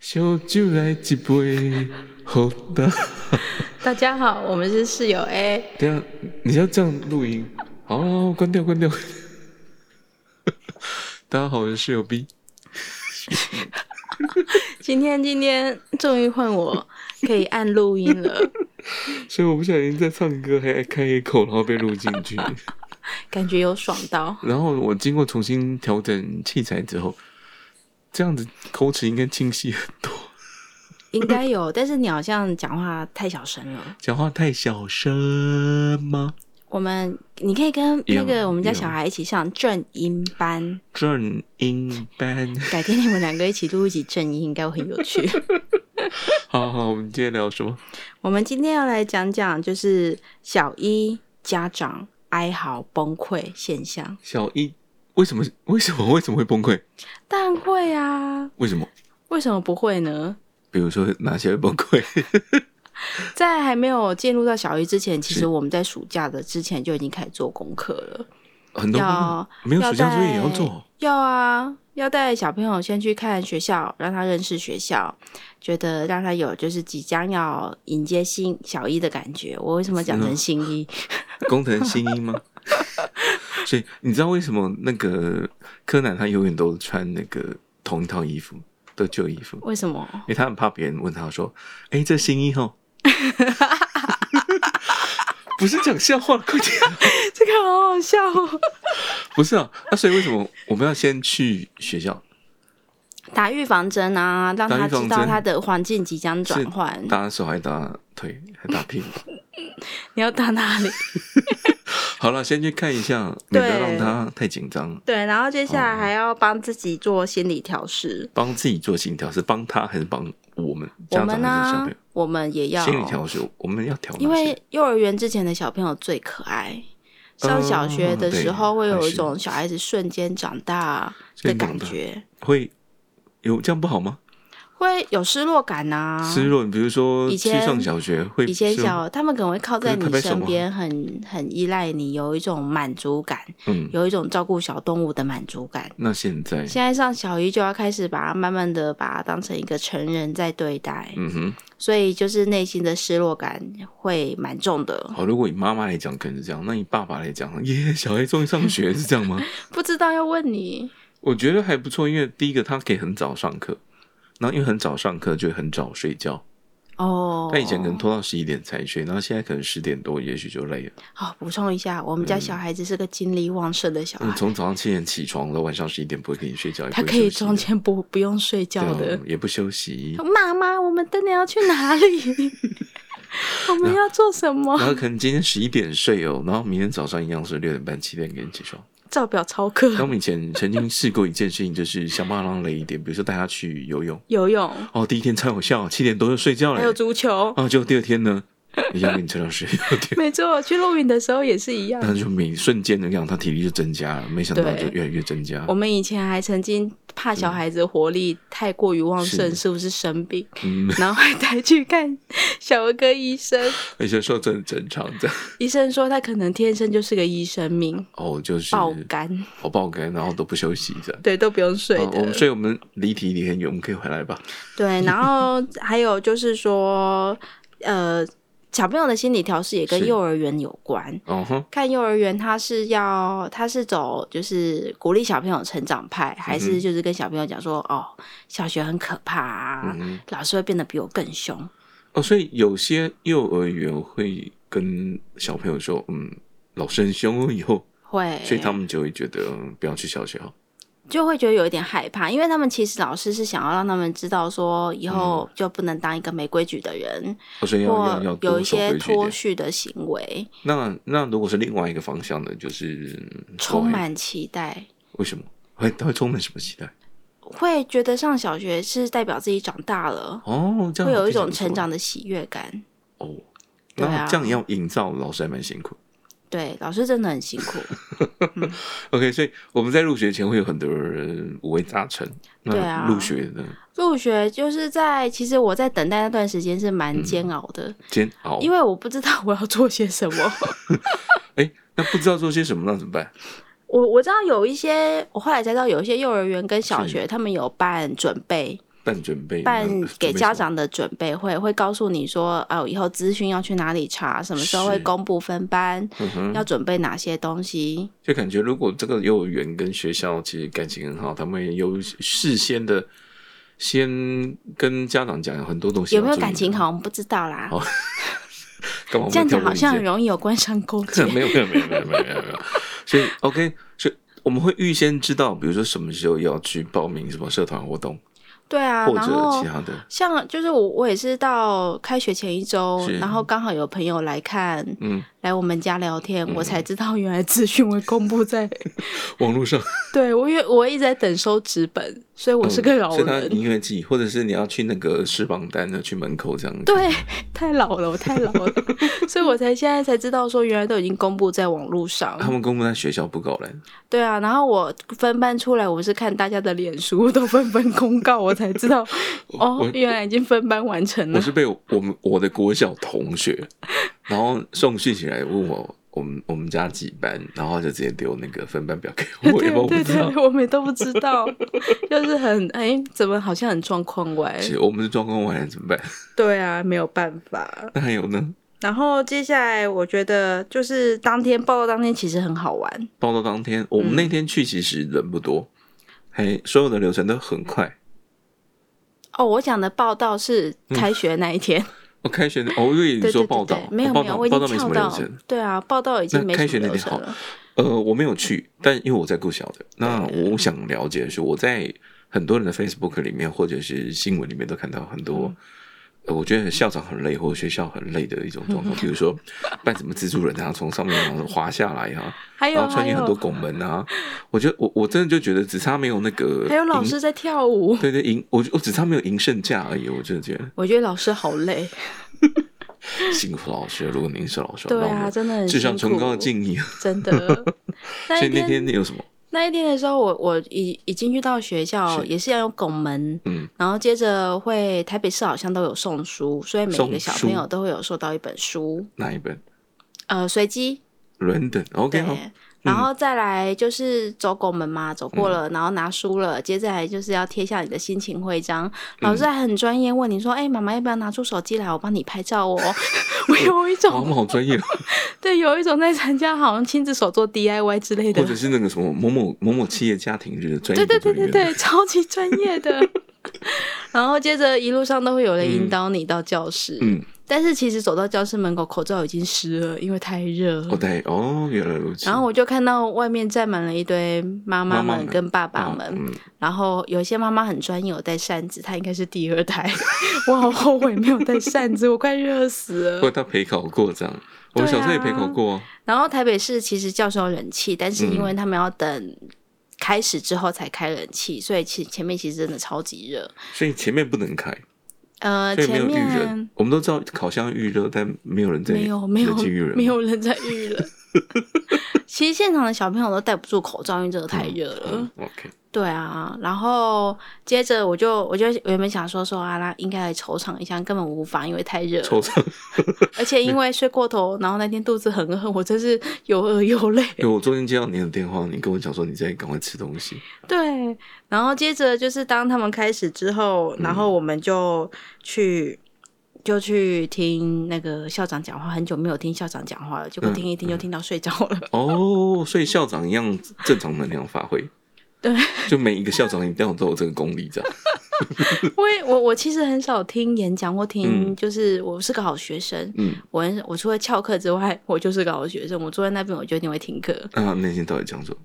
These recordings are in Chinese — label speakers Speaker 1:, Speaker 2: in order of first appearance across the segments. Speaker 1: 烧酒来一杯，好的。
Speaker 2: 大家好，我们是室友 A。
Speaker 1: 等一下你要这样录音，好好好关掉关掉。关掉 大家好，我是室友 B。
Speaker 2: 今天今天终于换我可以按录音 了，
Speaker 1: 所以我不小心在唱歌还开一口，然后被录进去。
Speaker 2: 感觉有爽到。
Speaker 1: 然后我经过重新调整器材之后，这样子口齿应该清晰很多。
Speaker 2: 应 该有，但是你好像讲话太小声了。
Speaker 1: 讲话太小声吗？
Speaker 2: 我们你可以跟那
Speaker 1: 一样
Speaker 2: 个我们家
Speaker 1: 一样
Speaker 2: 小孩一起上正音班，
Speaker 1: 正音班。
Speaker 2: 改天你们两个一起录一集正音，应该会很 有趣。
Speaker 1: 好好，我们今天聊什么？
Speaker 2: 我们今天要来讲讲就是小一家长哀嚎崩溃现象，
Speaker 1: 小一为什么为什么为什么会崩溃？
Speaker 2: 当然会啊，
Speaker 1: 为什么？
Speaker 2: 为什么不会呢？
Speaker 1: 比如说哪些会崩 溃？
Speaker 2: 在还没有进入到小一之前，其
Speaker 1: 是
Speaker 2: 实我们在暑假的之前就已经开始做功课了。
Speaker 1: 很多
Speaker 2: 要
Speaker 1: 没有暑假作业也要
Speaker 2: 带
Speaker 1: 做，
Speaker 2: 要啊，要带小朋友先去看学校，让他认识学校，觉得让他有就是即将要迎接新小一的感觉。我为什么讲成新一？
Speaker 1: 工藤新一 吗？所以你知道为什么那个柯南他永远都穿那个同一套衣服，都旧衣服？
Speaker 2: 为 什么？
Speaker 1: 因为他很怕别人问他说：“哎、这新衣 吼。”不是讲笑话，快点！
Speaker 2: 这个好好笑哦！
Speaker 1: 不是啊，那所以为什么我们要先去学校
Speaker 2: 打预防针啊，让
Speaker 1: 打
Speaker 2: 他
Speaker 1: 预防
Speaker 2: 知道
Speaker 1: 针
Speaker 2: 他的环境即将转
Speaker 1: 是
Speaker 2: 换。
Speaker 1: 打手还打腿还打 屁股？
Speaker 2: 你要打 哪里？
Speaker 1: 好了，先去看一下，免得
Speaker 2: 对
Speaker 1: 让他太紧张。
Speaker 2: 对，然后接下来
Speaker 1: 哦
Speaker 2: 还要帮自己做心理调试。
Speaker 1: 帮自己做心调是帮他还是帮我们
Speaker 2: 我
Speaker 1: 家
Speaker 2: 们
Speaker 1: 长
Speaker 2: 呢、
Speaker 1: 还是小朋友？
Speaker 2: 我们也要
Speaker 1: 心理调试，我们要调哪些。
Speaker 2: 因为幼儿园之前的小朋友最可爱，上小学的时候
Speaker 1: 嗯
Speaker 2: 会有一种小孩子瞬间长大的感觉，
Speaker 1: 会有这样不好吗？
Speaker 2: 会有失落感呐、
Speaker 1: 失落，比如说
Speaker 2: 以
Speaker 1: 去
Speaker 2: 前
Speaker 1: 上小学会
Speaker 2: 以前
Speaker 1: 失落，
Speaker 2: 小他们可能会靠在
Speaker 1: 可是
Speaker 2: 你
Speaker 1: 拍拍手
Speaker 2: 身
Speaker 1: 吗
Speaker 2: 边，很很依赖你，有一种满足感，
Speaker 1: 嗯，
Speaker 2: 有一种照顾小动物的满足感。
Speaker 1: 那现在，
Speaker 2: 现在上小一就要开始把它慢慢的把它当成一个成人在对待，
Speaker 1: 嗯哼，
Speaker 2: 所以就是内心的失落感会蛮重的。
Speaker 1: 好，如果以妈妈来讲可能是这样，那以爸爸来讲， 耶，小孩终于上学是这样 吗？
Speaker 2: 不知道要问你，
Speaker 1: 我觉得还不错，因为第一个他可以很早上课，然后因为很早上课就很早睡觉，
Speaker 2: 哦，
Speaker 1: 嗯他以前可能拖到十一点才睡，然后现在可能十点多也许就累了，
Speaker 2: 好，补充一下，我们家小孩子是个精力旺盛的小孩，
Speaker 1: 嗯，从早上七点起床，然后晚上十一点不会跟你睡觉，也
Speaker 2: 哎他
Speaker 1: 不会
Speaker 2: 可以
Speaker 1: 休息
Speaker 2: 中间不不用睡觉
Speaker 1: 对啊
Speaker 2: 的。
Speaker 1: 也不休息，
Speaker 2: 妈妈，我们灯要去哪里？ 我们要做什
Speaker 1: 然
Speaker 2: 么？
Speaker 1: 后可能今天十一点睡哦，然后明天早上一样是六点半、七点给你起 床。
Speaker 2: 照表操课
Speaker 1: 那，我们以前曾经试过一件事情，就是想办法让累一点，比如说带他去游泳。
Speaker 2: 游泳，
Speaker 1: 哦，第一天超有效，七点多就睡觉
Speaker 2: 还有
Speaker 1: 了。
Speaker 2: 足球。
Speaker 1: 哦，结果第二天呢，一样给你撑到十 一点，
Speaker 2: 没错，去露营的时候也是一样。
Speaker 1: 那就每瞬间的让他体力就增加了，没想到
Speaker 2: 对
Speaker 1: 就越来越增加
Speaker 2: 我。们以前还曾经怕小孩子活力太过于旺盛，
Speaker 1: 嗯是
Speaker 2: 是不是生病？
Speaker 1: 嗯，
Speaker 2: 然后还带去看小儿科医生，
Speaker 1: 而且说这很正常的。
Speaker 2: 医生说他可能天生就是个医生命，
Speaker 1: 哦，就是
Speaker 2: 爆，肝，
Speaker 1: 哦爆肝，然后都不休息的。
Speaker 2: 对，都不用睡
Speaker 1: 哦，
Speaker 2: 的。
Speaker 1: 我们所以我们离题离很远，我们可以回来吧。
Speaker 2: 对，然后还有就是说，呃，小朋友的心理调试也跟
Speaker 1: 是
Speaker 2: 幼儿园有关。
Speaker 1: 哦哼，
Speaker 2: 看幼儿园，他是要他是走就是鼓励小朋友成长派，还
Speaker 1: 嗯
Speaker 2: 是就是跟小朋友讲说，哦，小学很可怕啊，
Speaker 1: 嗯哼。
Speaker 2: 老师会变得比我更凶。
Speaker 1: 哦，所以有些幼儿园会跟小朋友说，嗯，老师很凶哦，以后，
Speaker 2: 会，
Speaker 1: 所以他们就会觉得、嗯不要去小学好。
Speaker 2: 就会觉得有一点害怕，因为他们其实老师是想要让他们知道说，以后就不能当一个没规矩的人，
Speaker 1: 哦所以嗯要要要
Speaker 2: 或有
Speaker 1: 多
Speaker 2: 一
Speaker 1: 守
Speaker 2: 些
Speaker 1: 规矩一
Speaker 2: 脱
Speaker 1: 点。
Speaker 2: 序的行为，
Speaker 1: 那那如果是另外一个方向呢，就是
Speaker 2: 充
Speaker 1: 哎
Speaker 2: 满期待。
Speaker 1: 为什么会他会充满什么期待？
Speaker 2: 会觉得上小学是代表自己长大了，
Speaker 1: 哦，这样
Speaker 2: 会有
Speaker 1: 好
Speaker 2: 一种
Speaker 1: 听起来
Speaker 2: 成
Speaker 1: 不错
Speaker 2: 长的喜悦感。
Speaker 1: 哦。
Speaker 2: 对啊
Speaker 1: 那这样要营造老师还蛮辛苦。
Speaker 2: 对，老师真的很辛苦。
Speaker 1: OK，所以我们在入学前会有很多人五味杂陈。
Speaker 2: 对啊
Speaker 1: 那入学呢，
Speaker 2: 入学就是在，其实我在等待那段时间是
Speaker 1: 嗯
Speaker 2: 蛮煎熬的，
Speaker 1: 煎熬。
Speaker 2: 因为我不知道我要做些什么。
Speaker 1: 哎，那不知道做些什么，那怎么办？
Speaker 2: 我我知道有一些，我后来才知道有一些幼儿园跟小学他们有办准备，
Speaker 1: 半准备，
Speaker 2: 办
Speaker 1: 嗯准备
Speaker 2: 给
Speaker 1: 什
Speaker 2: 家
Speaker 1: 么
Speaker 2: 长的准备会，会告诉你说，哦，以后资讯要去哪里查，什么时候会
Speaker 1: 是
Speaker 2: 公布分班，
Speaker 1: 嗯哼
Speaker 2: 要准备哪些东西。
Speaker 1: 就感觉如果这个幼儿园跟学校其实感情很好，他们也有事先的先跟家长讲啊很哦多东西，
Speaker 2: 有没有感情？好，我们不知道啦。
Speaker 1: 好干嘛我们
Speaker 2: 这样
Speaker 1: 跳
Speaker 2: 讲
Speaker 1: 过
Speaker 2: 好
Speaker 1: 一
Speaker 2: 像
Speaker 1: 节
Speaker 2: 很容易有官商勾结。
Speaker 1: 没有没有没有没有没有没有没有，所以 OK，所以我们会预先知道，比如说什么时候要去报名什么社团活动，
Speaker 2: 对啊，
Speaker 1: 或
Speaker 2: 然
Speaker 1: 者
Speaker 2: 后
Speaker 1: 其他的，
Speaker 2: 像就是我我也是到开学前一周
Speaker 1: 是，
Speaker 2: 然后刚好有朋友来看，
Speaker 1: 嗯，
Speaker 2: 来我们家聊天，我才知道原来资讯会公 布在。
Speaker 1: 网络上，
Speaker 2: 对我因为我一直在等收纸本，所以我是个
Speaker 1: 嗯
Speaker 2: 老
Speaker 1: 所以他
Speaker 2: 人。
Speaker 1: 音乐季，或者是你要去那个释榜单的去门口这样，，
Speaker 2: 对，太老了，我太 老了，所以我才现在才知道说，原来都已经公布在网络上。
Speaker 1: 他们公布在学校不搞了，
Speaker 2: 对啊，然后我分班出来，我是看大家的脸书都纷纷公告，我才知道哦
Speaker 1: 我，
Speaker 2: 原来已经分班完成
Speaker 1: 我
Speaker 2: 了。
Speaker 1: 是被我们我的国小同学，然后送讯息来问我我们我们家几班，然后就直接丢那个分班表给我，
Speaker 2: 对
Speaker 1: 要不然我不
Speaker 2: 对
Speaker 1: 知道。
Speaker 2: 对，我们都不知道，就是很哎，怎么好像很状况外？
Speaker 1: 是我们是状况外人怎么办？
Speaker 2: 对啊，没有办法。
Speaker 1: 那还有呢？
Speaker 2: 然后接下来，我觉得就是当天报到当天其实很好玩，
Speaker 1: 报到当天，我们
Speaker 2: 嗯
Speaker 1: 那天去其实人不多，嘿，所有的流程都很快。
Speaker 2: 哦，我讲的报道是开学那一天，
Speaker 1: 我、开学那哦，我以为嗯 你
Speaker 2: 对
Speaker 1: 说
Speaker 2: 对
Speaker 1: 报
Speaker 2: 对
Speaker 1: 道，
Speaker 2: 对，没有
Speaker 1: 哦
Speaker 2: 没
Speaker 1: 报
Speaker 2: 有，
Speaker 1: 道
Speaker 2: 我已
Speaker 1: 报
Speaker 2: 经
Speaker 1: 道没什
Speaker 2: 跳
Speaker 1: 么流
Speaker 2: 到
Speaker 1: 程。
Speaker 2: 对啊，报道已经
Speaker 1: 那
Speaker 2: 没
Speaker 1: 开
Speaker 2: 什
Speaker 1: 学
Speaker 2: 么
Speaker 1: 那
Speaker 2: 流
Speaker 1: 天
Speaker 2: 程
Speaker 1: 好
Speaker 2: 了。
Speaker 1: 呃，我没有去，但因为我在顾小的，那我想了解的是，我在很多人的 Facebook 里面或者是新闻里面都看到很多，
Speaker 2: 嗯
Speaker 1: 呃，我觉得校长很累或者学校很累的一种状况，比如 说办什么蜘蛛人啊，从上面然后滑下来啊，
Speaker 2: 还
Speaker 1: 然
Speaker 2: 有
Speaker 1: 后穿
Speaker 2: 还
Speaker 1: 越很多
Speaker 2: 有
Speaker 1: 拱门啊，我觉得我我真的就觉得只差没有那个，
Speaker 2: 还有老师。在跳舞，
Speaker 1: 对对，赢我我只差没有赢胜价而已，我真的觉得
Speaker 2: 我觉得老师好累。
Speaker 1: 辛苦老师了。如果您是老师，
Speaker 2: 对
Speaker 1: 那我
Speaker 2: 啊，
Speaker 1: 们
Speaker 2: 真的很
Speaker 1: 致上
Speaker 2: 辛
Speaker 1: 崇高的
Speaker 2: 苦
Speaker 1: 敬意。
Speaker 2: 真的。那
Speaker 1: 所
Speaker 2: 一
Speaker 1: 以那
Speaker 2: 天
Speaker 1: 天有什么？
Speaker 2: 那一天的时候，我我已已经去到学校，
Speaker 1: 是
Speaker 2: 也是要用拱门，
Speaker 1: 嗯，
Speaker 2: 然后接着会台北市好像都有送书，所以每一
Speaker 1: 送
Speaker 2: 个小
Speaker 1: 书
Speaker 2: 朋友都会有收到一本书，
Speaker 1: 哪一本？
Speaker 2: 呃，随机
Speaker 1: 伦敦，OK，
Speaker 2: 对。
Speaker 1: 好，嗯
Speaker 2: 然后再来就是走拱门嘛，走过
Speaker 1: 嗯
Speaker 2: 了，然后拿书了，接着来就是要贴下你的心情徽
Speaker 1: 嗯
Speaker 2: 章。老师还很专业问你说：“哎、妈妈要不要拿出手机来，我帮你拍照哦？”
Speaker 1: 嗯
Speaker 2: 我有 一
Speaker 1: 哇，我
Speaker 2: 种
Speaker 1: 们好专业哦，
Speaker 2: 对，有一种在参加好像亲自手做 DIY 之类的
Speaker 1: 或，者是那个什么某某某某企业家庭日的专业
Speaker 2: 对对
Speaker 1: 工
Speaker 2: 对对
Speaker 1: 作人员
Speaker 2: 对，超级专业的。 然后接着一路上都会有人引
Speaker 1: 嗯
Speaker 2: 导你到教室，
Speaker 1: 嗯，
Speaker 2: 但是其实走到教室门口，口罩已经湿了，因为太热了。
Speaker 1: 哦对，哦，原来如此。
Speaker 2: 然后我就看到外面站满了一堆妈
Speaker 1: 妈
Speaker 2: 妈
Speaker 1: 妈
Speaker 2: 们
Speaker 1: 们
Speaker 2: 跟爸爸
Speaker 1: 哦
Speaker 2: 们，
Speaker 1: 嗯，
Speaker 2: 然后有些妈妈很专业，有带扇子，她应该是第二 胎。我好后悔没有带扇子，我快热死
Speaker 1: 不过
Speaker 2: 了。
Speaker 1: 他陪考过这样，我
Speaker 2: 对
Speaker 1: 小时候也
Speaker 2: 啊
Speaker 1: 陪考过啊，
Speaker 2: 然后台北市其实教授有冷气，但是
Speaker 1: 嗯
Speaker 2: 因为他们要等开始之后才开冷气，所以其前面其实真的超级热。
Speaker 1: 所以前面不能开，
Speaker 2: 呃，
Speaker 1: 所以没
Speaker 2: 前
Speaker 1: 有预
Speaker 2: 面
Speaker 1: 热。我们都知道烤箱预热，但没有人在
Speaker 2: 没有没有
Speaker 1: 冷气预热，
Speaker 2: 没有人 在预热。其实现场的小朋友都戴不住口罩，因为真的太热了。
Speaker 1: 嗯。OK，
Speaker 2: 对啊，然后接着我就我就原本想说说啊，那应该来惆怅一下，根本无法，因为太热了，
Speaker 1: 抽抽，
Speaker 2: 而且因为睡过头，然后那天肚子很饿，我真是又饿又累。
Speaker 1: 因为我中间接到你的电话，你跟我讲说你在赶快吃东西，
Speaker 2: 对，然后接着就是当他们开始之后，然
Speaker 1: 嗯
Speaker 2: 后我们就去。就去听那个校长讲话，很久没有听校长讲话了，结果
Speaker 1: 嗯
Speaker 2: 听一听就听到睡着了。
Speaker 1: 哦，所以校长一样正常能量发挥。
Speaker 2: 对，
Speaker 1: 就每一个校长一定要都有这个功力，这样。
Speaker 2: 我也我我其实很少听演讲或听，
Speaker 1: 嗯
Speaker 2: 就是我是个好学生，
Speaker 1: 嗯，
Speaker 2: 我很我除了翘课之外，我就是个好学生。我坐在那边，我就一定会听课。
Speaker 1: 啊，那天到底讲什么？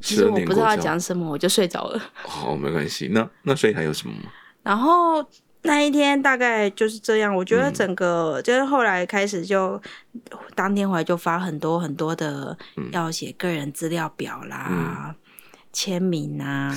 Speaker 2: 其
Speaker 1: 十
Speaker 2: 实
Speaker 1: 二
Speaker 2: 我
Speaker 1: 年
Speaker 2: 不
Speaker 1: 国
Speaker 2: 知道要
Speaker 1: 教。
Speaker 2: 讲什么，我就睡着了。
Speaker 1: 好，没关系。那那所以还有什么吗？
Speaker 2: 然后那一天大概就是这样。我觉
Speaker 1: 嗯
Speaker 2: 得整个、就是后来开始就当天回来就发很多很多的
Speaker 1: 嗯
Speaker 2: 要写个人资料表啦、签 名啊，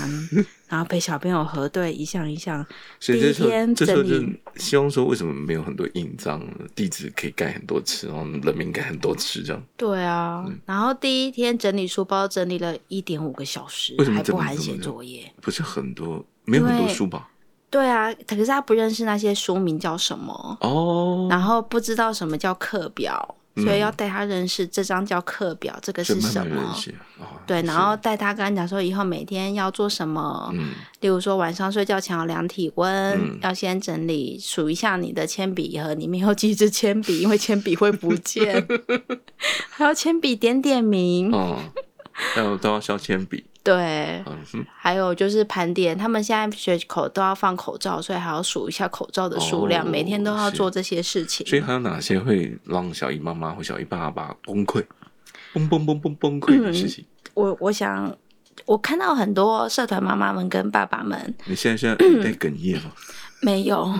Speaker 2: 然后陪小朋友核对一项一项。
Speaker 1: 所以
Speaker 2: 第
Speaker 1: 这
Speaker 2: 一
Speaker 1: 时候
Speaker 2: 天
Speaker 1: 这时候
Speaker 2: 整理
Speaker 1: 就希望说，为什么没有很多印章？地址可以盖很多次，然后人名盖很多次，这样
Speaker 2: 对啊，
Speaker 1: 嗯
Speaker 2: 然后第一天整理书包整理了一点五个小时
Speaker 1: 为什，么
Speaker 2: 还
Speaker 1: 整
Speaker 2: 不
Speaker 1: 理
Speaker 2: 含
Speaker 1: 这么
Speaker 2: 写
Speaker 1: 久
Speaker 2: 作业。
Speaker 1: 不是很多，没有很多
Speaker 2: 对
Speaker 1: 书吧？
Speaker 2: 对啊，可是他不认识那些书名叫什么，
Speaker 1: 哦，
Speaker 2: 然后不知道什么叫课表，
Speaker 1: 嗯
Speaker 2: 所以要带他认识这张叫课表，这个
Speaker 1: 就是慢
Speaker 2: 什
Speaker 1: 慢
Speaker 2: 么？
Speaker 1: 认识啊，
Speaker 2: 对，
Speaker 1: 是
Speaker 2: 然后带他跟他讲说，以后每天要做什么，
Speaker 1: 嗯
Speaker 2: 例如说晚上睡觉前要量体温，
Speaker 1: 嗯
Speaker 2: 要先整理数一下你的铅笔盒里面有几支铅笔，因为铅笔会不 见，还有铅笔点点名，
Speaker 1: 哦， 要都要削铅笔，
Speaker 2: 对，
Speaker 1: 嗯哼，
Speaker 2: 还有就是盘点，他们现在学口都要放口罩，所以还要数一下口罩的数量，
Speaker 1: 哦
Speaker 2: 每天都要
Speaker 1: 是
Speaker 2: 做这些事情。
Speaker 1: 所以还有哪些会让小姨妈妈或小姨爸爸崩溃，崩崩崩崩崩溃的事 情？
Speaker 2: 我我想，我看到很多社团妈妈们跟爸爸们
Speaker 1: 你现在是在在哽咽 吗？
Speaker 2: 没有，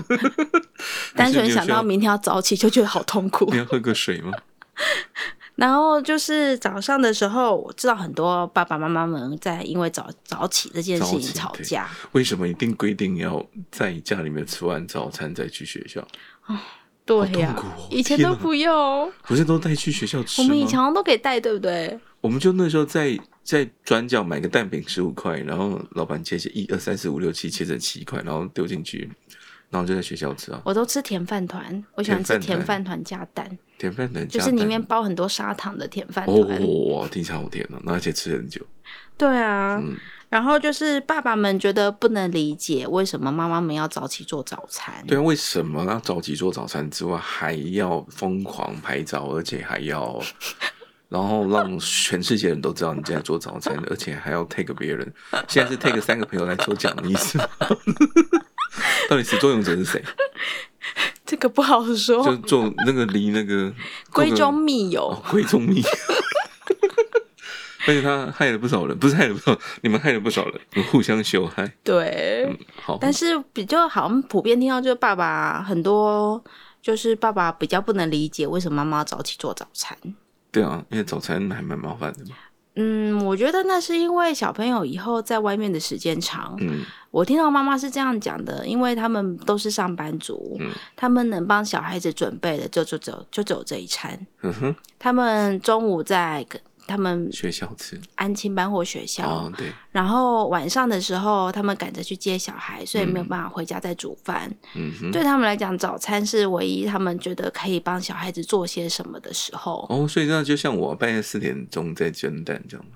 Speaker 2: 单纯想到明天要早起就觉得好痛苦
Speaker 1: 你。要喝个水吗？
Speaker 2: 然后就是早上的时候，我知道很多爸爸妈妈们在因为早早起这件事
Speaker 1: 早
Speaker 2: 情
Speaker 1: 起
Speaker 2: 吵
Speaker 1: 对
Speaker 2: 架。
Speaker 1: 为什么一定规定要在家里面吃完早餐再去学校？
Speaker 2: 对呀、
Speaker 1: 好痛苦哦
Speaker 2: 以前都
Speaker 1: 天哪
Speaker 2: 不用，
Speaker 1: 不是都带去学校吃
Speaker 2: 我
Speaker 1: 吗？
Speaker 2: 们以前好像都可以带，对不对？
Speaker 1: 我们就那时候在在转角买个蛋饼十五块，然后老板切切一二三四五六七切成七块，然后丢进去，然后就在学校吃啊，
Speaker 2: 我都吃甜饭团，我喜欢吃
Speaker 1: 甜
Speaker 2: 甜
Speaker 1: 饭
Speaker 2: 饭团加蛋，
Speaker 1: 甜饭能加
Speaker 2: 就
Speaker 1: 蛋
Speaker 2: 是里面包很多砂糖的甜饭
Speaker 1: 哦
Speaker 2: 团。
Speaker 1: 哇、哦，听起来好甜哦，而且吃很久，
Speaker 2: 对啊，
Speaker 1: 嗯
Speaker 2: 然后就是爸爸们觉得不能理解为什么妈妈们要早起做早餐。
Speaker 1: 对啊，为什么要早起做早餐之外，还要疯狂拍照，而且还 要。然后让全世界人都知道你在做早 餐，而且还要 take 别人。现在是 take 三个朋友来抽奖的意思吗？ 到底始作俑者是谁？
Speaker 2: 这个不好
Speaker 1: 就
Speaker 2: 说，
Speaker 1: 做那个离那个
Speaker 2: 闺
Speaker 1: 做个
Speaker 2: 中密友。
Speaker 1: 哦，贵重 蜜。而且他害了不少人，不是害了不少，你们害了不少人，你们互相羞害。
Speaker 2: 对，
Speaker 1: 嗯，好，
Speaker 2: 但是比较好像普遍听到就是爸爸很多，就是爸爸比较不能理解为什么妈妈要早起做早餐。
Speaker 1: 对啊，因为早餐还蛮麻烦的嘛。
Speaker 2: 嗯，我觉得那是因为小朋友以后在外面的时间长。
Speaker 1: 嗯，
Speaker 2: 我听到妈妈是这样讲的，因为他们都是上班族，
Speaker 1: 嗯
Speaker 2: 他们能帮小孩子准备的就就只有就只有这一餐。
Speaker 1: 嗯哼，
Speaker 2: 他们中午在跟他们
Speaker 1: 学校吃
Speaker 2: 安亲班或学校，
Speaker 1: 啊，对，
Speaker 2: 然后晚上的时候他们赶着去接小孩，所以没有办法回家再煮饭。
Speaker 1: 嗯哼，
Speaker 2: 对他们来讲，早餐是唯一他们觉得可以帮小孩子做些什么的时候。
Speaker 1: 哦，所以那就像我半夜四点钟在煎蛋这样嘛。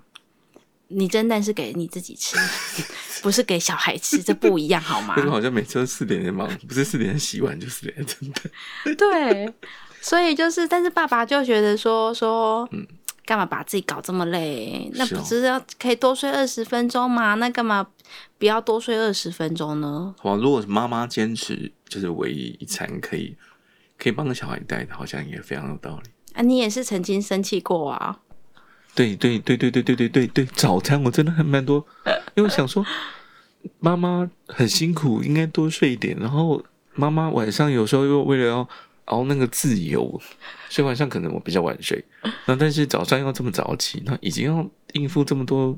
Speaker 2: 你蒸蛋是给你自己吃， 不是给小孩吃，这不一样好吗
Speaker 1: 为？什么好像每次都四点在忙？不是四点洗碗，就四点在蒸蛋。
Speaker 2: 对，所以就是，但是爸爸就觉得说说，干嘛把自己搞这么累？那
Speaker 1: 嗯是哦
Speaker 2: 不是要可以多睡二十分钟吗？那干嘛不要多睡二十分钟 呢？
Speaker 1: 好吧，如果是妈妈坚持，就是唯一一餐可以可以帮小孩带的，好像也非常有道理。
Speaker 2: 啊，你也是曾经生气过啊？
Speaker 1: 对对对对对对对对对，早餐我真的还蛮多，因为我想说妈妈很辛苦，应该多睡一点。然后妈妈晚上有时候又为了要熬那个自由，所以晚上可能我比较晚睡。那但是早上要这么早起，那已经要应付这么多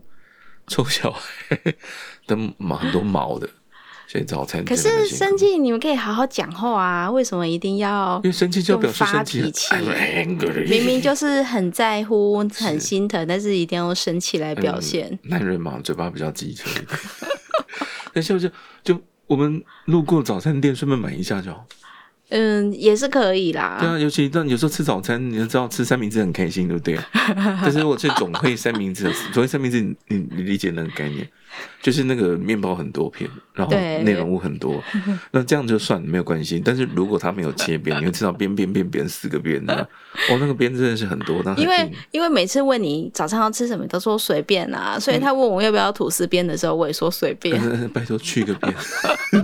Speaker 1: 臭小孩的毛很多毛的，所以早餐
Speaker 2: 可
Speaker 1: 真的很
Speaker 2: 是
Speaker 1: 辛苦
Speaker 2: 生，气你们可以好好讲话啊，为什么一定要
Speaker 1: 因？为生气就表示生气
Speaker 2: 用发
Speaker 1: 了，
Speaker 2: 脾
Speaker 1: angry
Speaker 2: 明明就是很在乎、很心疼，但是一定要用生气来表现。
Speaker 1: 嗯男人嘛，嘴巴比较机车一 点。但是我就就我们路过早餐店，顺便买一下就好。
Speaker 2: 嗯，也是可以
Speaker 1: 对
Speaker 2: 啦。
Speaker 1: 啊，尤其但有时候吃早餐，你就知道吃三明治很开心，对不对？ 但是我这总会三明治，总会三明治，你你你理解那个概念，就是那个面包很多片，然后
Speaker 2: 对
Speaker 1: 内容物很 多，那这样就算没有关系。但是如果它没有切 边，你会吃到边边边边四个边的，哦，那个边真的是很多，那很
Speaker 2: 因为
Speaker 1: 硬。
Speaker 2: 因为每次问你早上要吃什么，你都说随便啊，
Speaker 1: 嗯
Speaker 2: 所以他问我要不要吐司边的时候，我也说随便。
Speaker 1: 呃 拜托去个边，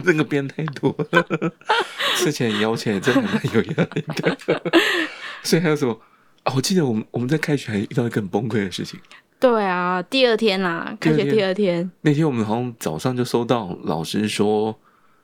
Speaker 1: 那个边太多了， 吃起来咬起来真的蛮有压力的。 所以还有什么啊？我记得我们我们在开学还遇到一个很崩溃的事情。
Speaker 2: 对啊，第二天啦，开学
Speaker 1: 第
Speaker 2: 第
Speaker 1: 二
Speaker 2: 二天，
Speaker 1: 那天我们好像早上就收到老师说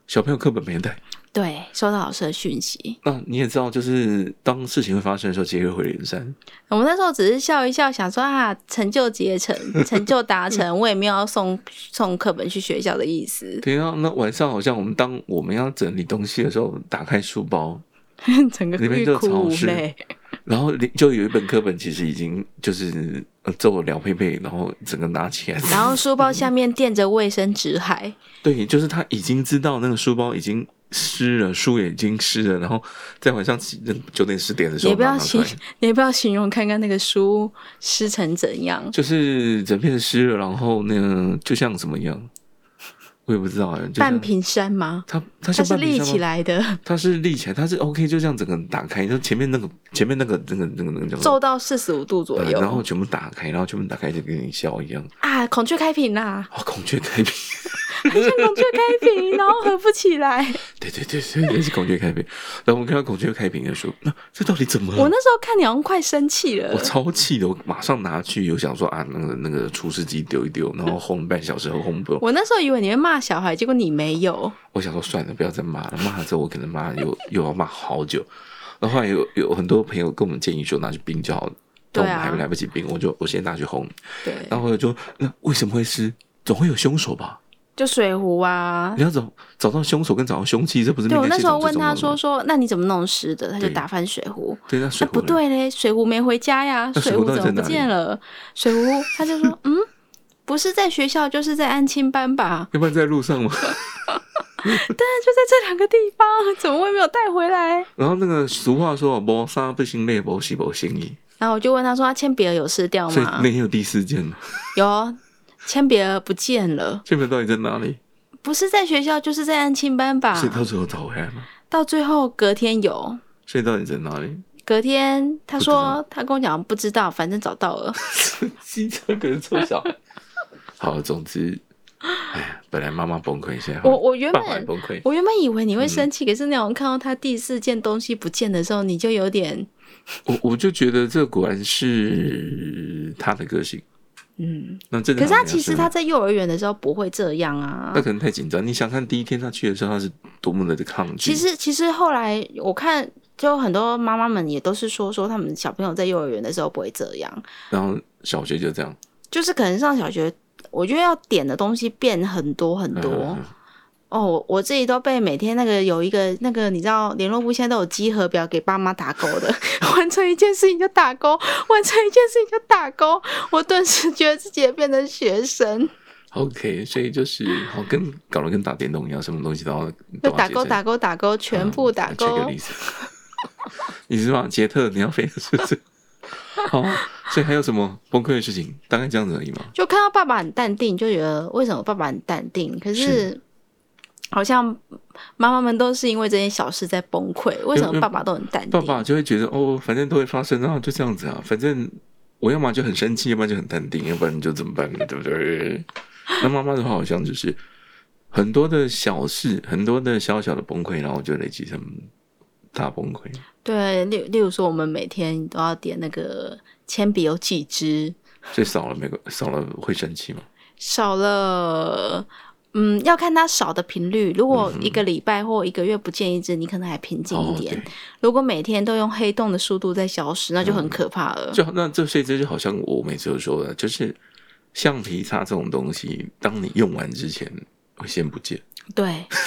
Speaker 1: 小朋友课本没带。
Speaker 2: 对，收到老师的讯息，
Speaker 1: 那你也知道，就是当事情会发生的时候，节约回连山。
Speaker 2: 我们那时候只是笑一笑，想说啊，成就 结成，成就达成，我也没有要送送课本去学校的意思，
Speaker 1: 对啊，那晚上好像我们当我们要整理东西的时候，打开书包，
Speaker 2: 整个
Speaker 1: 里面
Speaker 2: 欲
Speaker 1: 就有
Speaker 2: 哭
Speaker 1: 潮
Speaker 2: 无
Speaker 1: 湿
Speaker 2: 泪。
Speaker 1: 然后里就有一本课本，其实已经就是呃皱了两佩佩，然后整个拿起来，
Speaker 2: 然后书包下面垫着卫生纸海，
Speaker 1: 对，就是他已经知道那个书包已经湿了，书也已经湿了，然后在晚上七九点十点的时候
Speaker 2: 也不要
Speaker 1: 拿出
Speaker 2: 形
Speaker 1: 来，，
Speaker 2: 也不要形容看看那个书湿成怎样，
Speaker 1: 就是整片湿了，然后那个就像怎么样，我也不知道哎，就像
Speaker 2: 半屏山吗？
Speaker 1: 它它
Speaker 2: 它
Speaker 1: 像
Speaker 2: 是
Speaker 1: 半屏
Speaker 2: 立
Speaker 1: 山吗嗯
Speaker 2: 起，来的，
Speaker 1: 它是立起来，它是 OK，就这样整个打开，就前面那个前面那个那个那个那个叫什么
Speaker 2: 皱到四十五度左
Speaker 1: 呃
Speaker 2: 右。
Speaker 1: 然后全部打开，然后全部打开就跟你笑一样，
Speaker 2: 啊，孔雀开屏啦，
Speaker 1: 啊，孔雀开屏，
Speaker 2: 像孔雀开屏，然后合不起 来。
Speaker 1: 对对对对，也是孔雀开屏。然后我们看到孔雀开屏的时候，那、这到底怎么
Speaker 2: 我
Speaker 1: 了？
Speaker 2: 那时候看你好像快生气了
Speaker 1: 嗯我，超气的，我马上拿去，有想说啊，那个那个除湿机丢一丢，然后烘半小时后烘不动。
Speaker 2: 我那时候以为你会骂小孩，结果你没有。
Speaker 1: 我想说算了，不要再骂了，骂了之后我可能骂又又要骂好久。然后后来有有很多朋友跟我们建议说拿去冰就好了，但我
Speaker 2: 对
Speaker 1: 们
Speaker 2: 啊
Speaker 1: 还没来不及冰，我就我先拿去烘。
Speaker 2: 对，
Speaker 1: 然后我就那为什么会湿？总会有凶手吧？
Speaker 2: 就水壶啊
Speaker 1: 你。要找找到凶手跟找到凶器，这不是
Speaker 2: 对
Speaker 1: 命
Speaker 2: 我
Speaker 1: 案
Speaker 2: 那
Speaker 1: 现
Speaker 2: 时候
Speaker 1: 场最
Speaker 2: 问
Speaker 1: 重要
Speaker 2: 他
Speaker 1: 的
Speaker 2: 说
Speaker 1: 吗
Speaker 2: 说，那你怎么弄湿的？他就
Speaker 1: 对
Speaker 2: 打翻水壶。
Speaker 1: 对，那
Speaker 2: 那
Speaker 1: 水壶
Speaker 2: 啊不
Speaker 1: 嘞，
Speaker 2: 对嘞，水壶没回家呀，
Speaker 1: 那水
Speaker 2: 水
Speaker 1: 壶
Speaker 2: 壶
Speaker 1: 到底
Speaker 2: 怎么
Speaker 1: 在
Speaker 2: 不
Speaker 1: 哪
Speaker 2: 见
Speaker 1: 里
Speaker 2: 了？水壶，他就 说，嗯，不是在学校，就是在安亲班 吧？
Speaker 1: 要不然在路上吗？
Speaker 2: 那就在这两个地方，怎么会没有带回来？
Speaker 1: 然后那个俗话说“磨杀不兴烈，磨洗不兴意
Speaker 2: 然后我就问他说，他铅笔盒有湿”，掉
Speaker 1: 所以
Speaker 2: 吗
Speaker 1: 那？天有第四件了。
Speaker 2: 有，铅笔盒不见了，
Speaker 1: 这本到底在哪里？
Speaker 2: 不是在学校，就是在安亲班吧
Speaker 1: 所？以到时候找回来吗？
Speaker 2: 到最后隔天有。
Speaker 1: 所以到底在哪里？
Speaker 2: 隔天，他
Speaker 1: 不知道
Speaker 2: 说他跟我讲不知道，反正找到 了。
Speaker 1: 机车可能凑 小。好，总之，哎，本来妈妈崩溃，现在
Speaker 2: 我我原
Speaker 1: 爸爸也
Speaker 2: 本
Speaker 1: 崩溃。
Speaker 2: 我原本以为
Speaker 1: 嗯
Speaker 2: 你会生气，可是那种看到他第四件东西不见的时候，你就有点
Speaker 1: 我我就觉得这果然是他的个性。
Speaker 2: 嗯。
Speaker 1: 那真的，
Speaker 2: 可是他其实他，在幼儿园的时候不会这样啊
Speaker 1: 他。可能太紧张。你想看第一天他去的时候，他是多么的抗拒。
Speaker 2: 其实其实后来我看，就很多妈妈们也都是说说他们小朋友在幼儿园的时候不会这样，
Speaker 1: 然后小学就这样，
Speaker 2: 就是可能上小学，我觉得要点的东西变很多很多。
Speaker 1: 嗯嗯
Speaker 2: 哦，我我自己都被每天那个有一个那个你知道联络部现在都有集合表给爸妈打勾的， 完成一件事情就打勾，完成一件事情就打勾，我顿时觉得自己也变成学生，
Speaker 1: OK，所以就是好跟搞得跟打电动一样，什么东西都要都
Speaker 2: 就
Speaker 1: 要
Speaker 2: 打
Speaker 1: 写
Speaker 2: 勾
Speaker 1: 成
Speaker 2: 打勾打勾，全部打勾。
Speaker 1: 啊嗯，check your list 你是吧，杰特？你要飞了是不是？ 好，所以还有什么崩溃的事情？大概这样子而已嘛。
Speaker 2: 就看到爸爸很淡定，就觉得为什么爸爸很淡定？可是
Speaker 1: 是
Speaker 2: 好像妈妈们都是因为这些小事在崩溃，为什
Speaker 1: 因为
Speaker 2: 么爸爸都很淡定？
Speaker 1: 嗯爸爸就会觉得哦，反正都会发生啊，就这样子啊，反正我要么就很生气，要不然就很淡定，要不然就怎么办呢？对不对？那妈妈的话好像就是很多的小事，很多的小小的崩溃，然后就累积成大崩溃。
Speaker 2: 对，例例如说，我们每天都要点那个铅笔有几支，
Speaker 1: 所以少了没关，少了会生气吗？
Speaker 2: 少了，嗯，要看它少的频率。
Speaker 1: 嗯
Speaker 2: 如果一个礼拜或一个月不见一支，你可能还平静一
Speaker 1: 哦，
Speaker 2: 点；
Speaker 1: 对。
Speaker 2: 如果每天都用黑洞的速度在消失，那就很可怕了。
Speaker 1: 嗯就那这所以这就好像我每次都说的，就是橡皮擦这种东西，当你用完之前会先不见。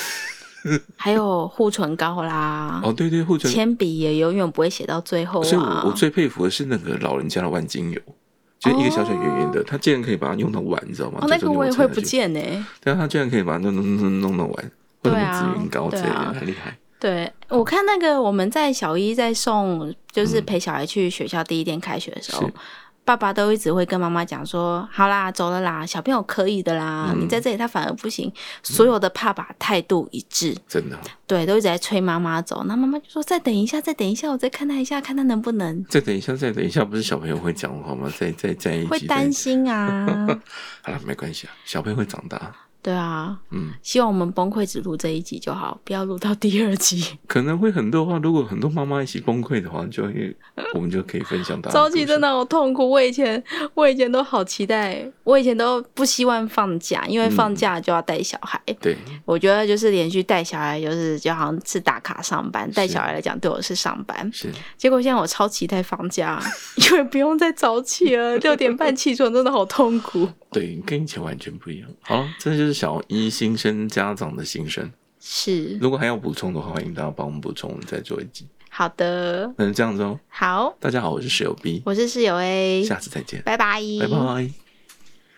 Speaker 2: 对，还有护唇膏啦，
Speaker 1: 哦，对对，护唇。
Speaker 2: 铅笔也永远不会写到最后
Speaker 1: 所以我我
Speaker 2: 啊。
Speaker 1: 最佩服的是那个老人家的万金油，就是一个小小圆圆的，他竟然可以把它用到完，你知道吗？
Speaker 2: 哦哦，那
Speaker 1: 就是
Speaker 2: 个
Speaker 1: 用
Speaker 2: 我也
Speaker 1: 车
Speaker 2: 会
Speaker 1: 下
Speaker 2: 不
Speaker 1: 去，
Speaker 2: 见呢、欸
Speaker 1: 但他竟然可以把它弄弄弄弄到完，或者
Speaker 2: 对啊
Speaker 1: 紫云膏之类
Speaker 2: 对
Speaker 1: 的，
Speaker 2: 啊
Speaker 1: 很厉害。
Speaker 2: 对，我看那个我们在小一在送，就是陪小孩去学校第一天开学的时候，
Speaker 1: 嗯是
Speaker 2: 爸爸都一直会跟妈妈讲说：“好啦，走了啦，小朋友可以的啦，
Speaker 1: 嗯
Speaker 2: 你在这里他反而不行。”所有的爸爸态度一致，
Speaker 1: 真的，
Speaker 2: 对，啊都一直在催妈妈走。那妈妈就说：“再等一下，再等一下，我再看他一下，看他能不能。
Speaker 1: 再等一下，再等一下，不是小朋友会讲话吗？再再再一”起，
Speaker 2: 会担心 啊，
Speaker 1: 好了，没关系啊，小朋友会长大，
Speaker 2: 对啊，
Speaker 1: 嗯。
Speaker 2: 希望我们崩溃只录这一集就好，不要录到第二集。
Speaker 1: 可能会很多话，如果很多妈妈一起崩溃的话，就会我们就可以分享大家。
Speaker 2: 着急真的好痛苦。我以前我以前都好期待，我以前都不希望放假，因为放假就要带小孩。
Speaker 1: 对，
Speaker 2: 我觉得就是连续带小孩，就是就好像是打卡上班，带小孩来讲对我是上班。
Speaker 1: 是
Speaker 2: 结果现在我超期待放假， 因为不用再早起了，六点半起床真的好痛苦。
Speaker 1: 对，跟以前完全不一样。好了，这就是小一新生家长的心声。
Speaker 2: 是，
Speaker 1: 如果还要补充的话，欢迎大家帮我们补充，我们再做一集。
Speaker 2: 好的，
Speaker 1: 那就这样子哦，
Speaker 2: 好，
Speaker 1: 大家好，我是室友 B，
Speaker 2: 我是室友 A，
Speaker 1: 下次再见，
Speaker 2: 拜拜，
Speaker 1: 拜拜。